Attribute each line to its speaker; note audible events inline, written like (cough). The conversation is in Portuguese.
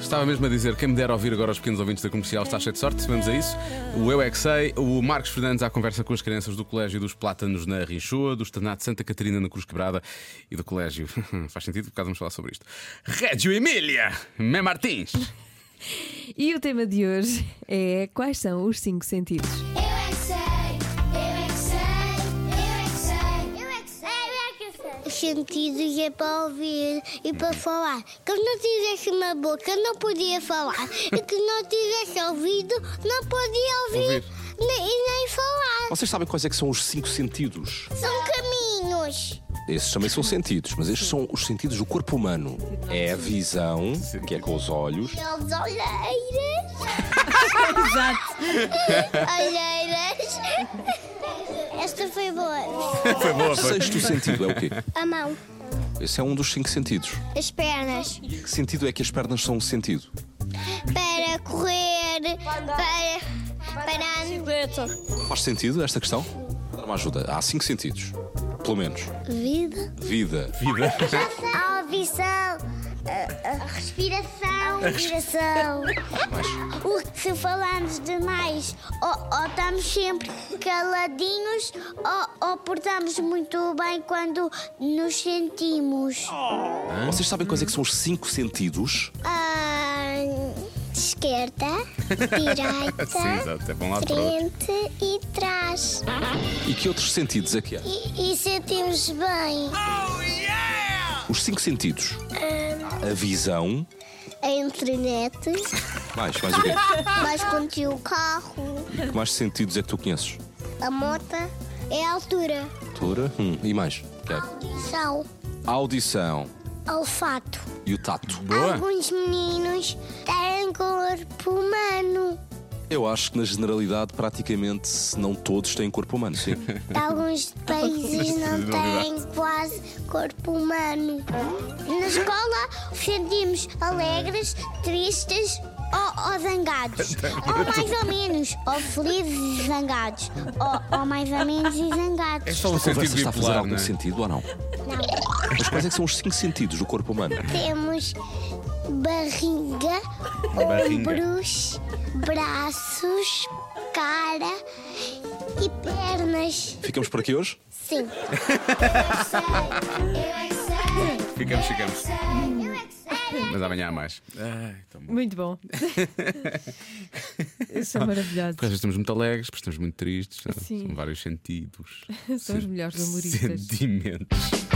Speaker 1: Estava mesmo a dizer, quem me dera ouvir agora os pequenos ouvintes da comercial está cheio de sorte, se vamos a isso. O Eu É Que Sei, o Marcos Fernandes à conversa com as crianças do Colégio dos Plátanos na Rinchoa, do Estanato Santa Catarina na Cruz Quebrada e do Colégio. (laughs) Faz sentido, por causa vamos falar sobre isto. Régio Emília, Mé Martins.
Speaker 2: E o tema de hoje é quais são os cinco sentidos?
Speaker 3: Eu é que sei, eu é que sei, eu é que sei, eu é que sei, eu é que sei, eu é que sei.
Speaker 4: Os sentidos é para ouvir e para falar. Que eu não tivesse uma boca, não podia falar. E que não tivesse ouvido, não podia ouvir,
Speaker 1: Ouvir.
Speaker 4: Nem, e nem falar.
Speaker 5: Vocês sabem quais é que são os cinco sentidos?
Speaker 4: São caminhos.
Speaker 5: Esses também são sentidos, mas estes são os sentidos do corpo humano. É a visão, que é com os olhos.
Speaker 4: Eles olheiras. (laughs) Exato. olheiras. Esta foi boa.
Speaker 1: Foi boa,
Speaker 5: O sexto sentido é o quê?
Speaker 4: A mão.
Speaker 5: Esse é um dos cinco sentidos.
Speaker 4: As pernas.
Speaker 5: Que sentido é que as pernas são um sentido?
Speaker 4: Para correr. Para. Para andar.
Speaker 5: Faz sentido esta questão? Dá uma ajuda. Há cinco sentidos, pelo menos.
Speaker 4: Vida.
Speaker 5: Vida,
Speaker 1: Vida.
Speaker 4: A audição, a, a respiração, a respiração. O que se falamos demais, ou, ou estamos sempre caladinhos, ou, ou portamos muito bem quando nos sentimos.
Speaker 5: Vocês sabem quais é que são os cinco sentidos?
Speaker 4: Ah,
Speaker 1: (laughs)
Speaker 4: esquerda, direita,
Speaker 1: Sim, exato, é bom lado para o outro.
Speaker 4: frente e trás.
Speaker 5: E que outros sentidos é que há?
Speaker 4: E, e sentimos bem
Speaker 5: Os cinco sentidos. A visão.
Speaker 4: a internet,
Speaker 5: Mais, mais o quê?
Speaker 4: mais conduzir o carro.
Speaker 5: Que mais sentidos é que tu conheces?
Speaker 4: A mota é a altura.
Speaker 5: Altura. Hum, e mais? Quero.
Speaker 4: São
Speaker 5: Audição
Speaker 4: olfato.
Speaker 5: e o tato.
Speaker 4: Alguns meninos têm corpo humano.
Speaker 5: Eu acho que na generalidade praticamente se não todos têm corpo humano, sim.
Speaker 4: Alguns países não têm quase corpo humano. Na escola sentimos alegres, tristes ou, ou zangados. Ou mais ou menos. Ou felizes e zangados. Ou, ou mais ou menos
Speaker 1: É
Speaker 4: e zangados.
Speaker 1: só um sentido
Speaker 5: Conversa está a fazer
Speaker 1: bipolar,
Speaker 5: algum
Speaker 1: não é?
Speaker 5: sentido ou não? Mas quais é que são os cinco sentidos do corpo humano?
Speaker 4: Temos barriga,
Speaker 1: Barriga.
Speaker 4: ombros, braços, cara e pernas.
Speaker 5: Ficamos por aqui hoje?
Speaker 4: Sim.
Speaker 3: Eu é que sei,
Speaker 1: Ficamos, ficamos.
Speaker 3: eu é que sei.
Speaker 1: Mas amanhã há mais.
Speaker 2: Muito (laughs) bom. São maravilhosos.
Speaker 1: Porque às vezes estamos muito alegres, porque estamos muito tristes.
Speaker 2: Sim.
Speaker 1: São vários sentidos. (laughs)
Speaker 2: São os melhores humoristas.
Speaker 1: Sentimentos.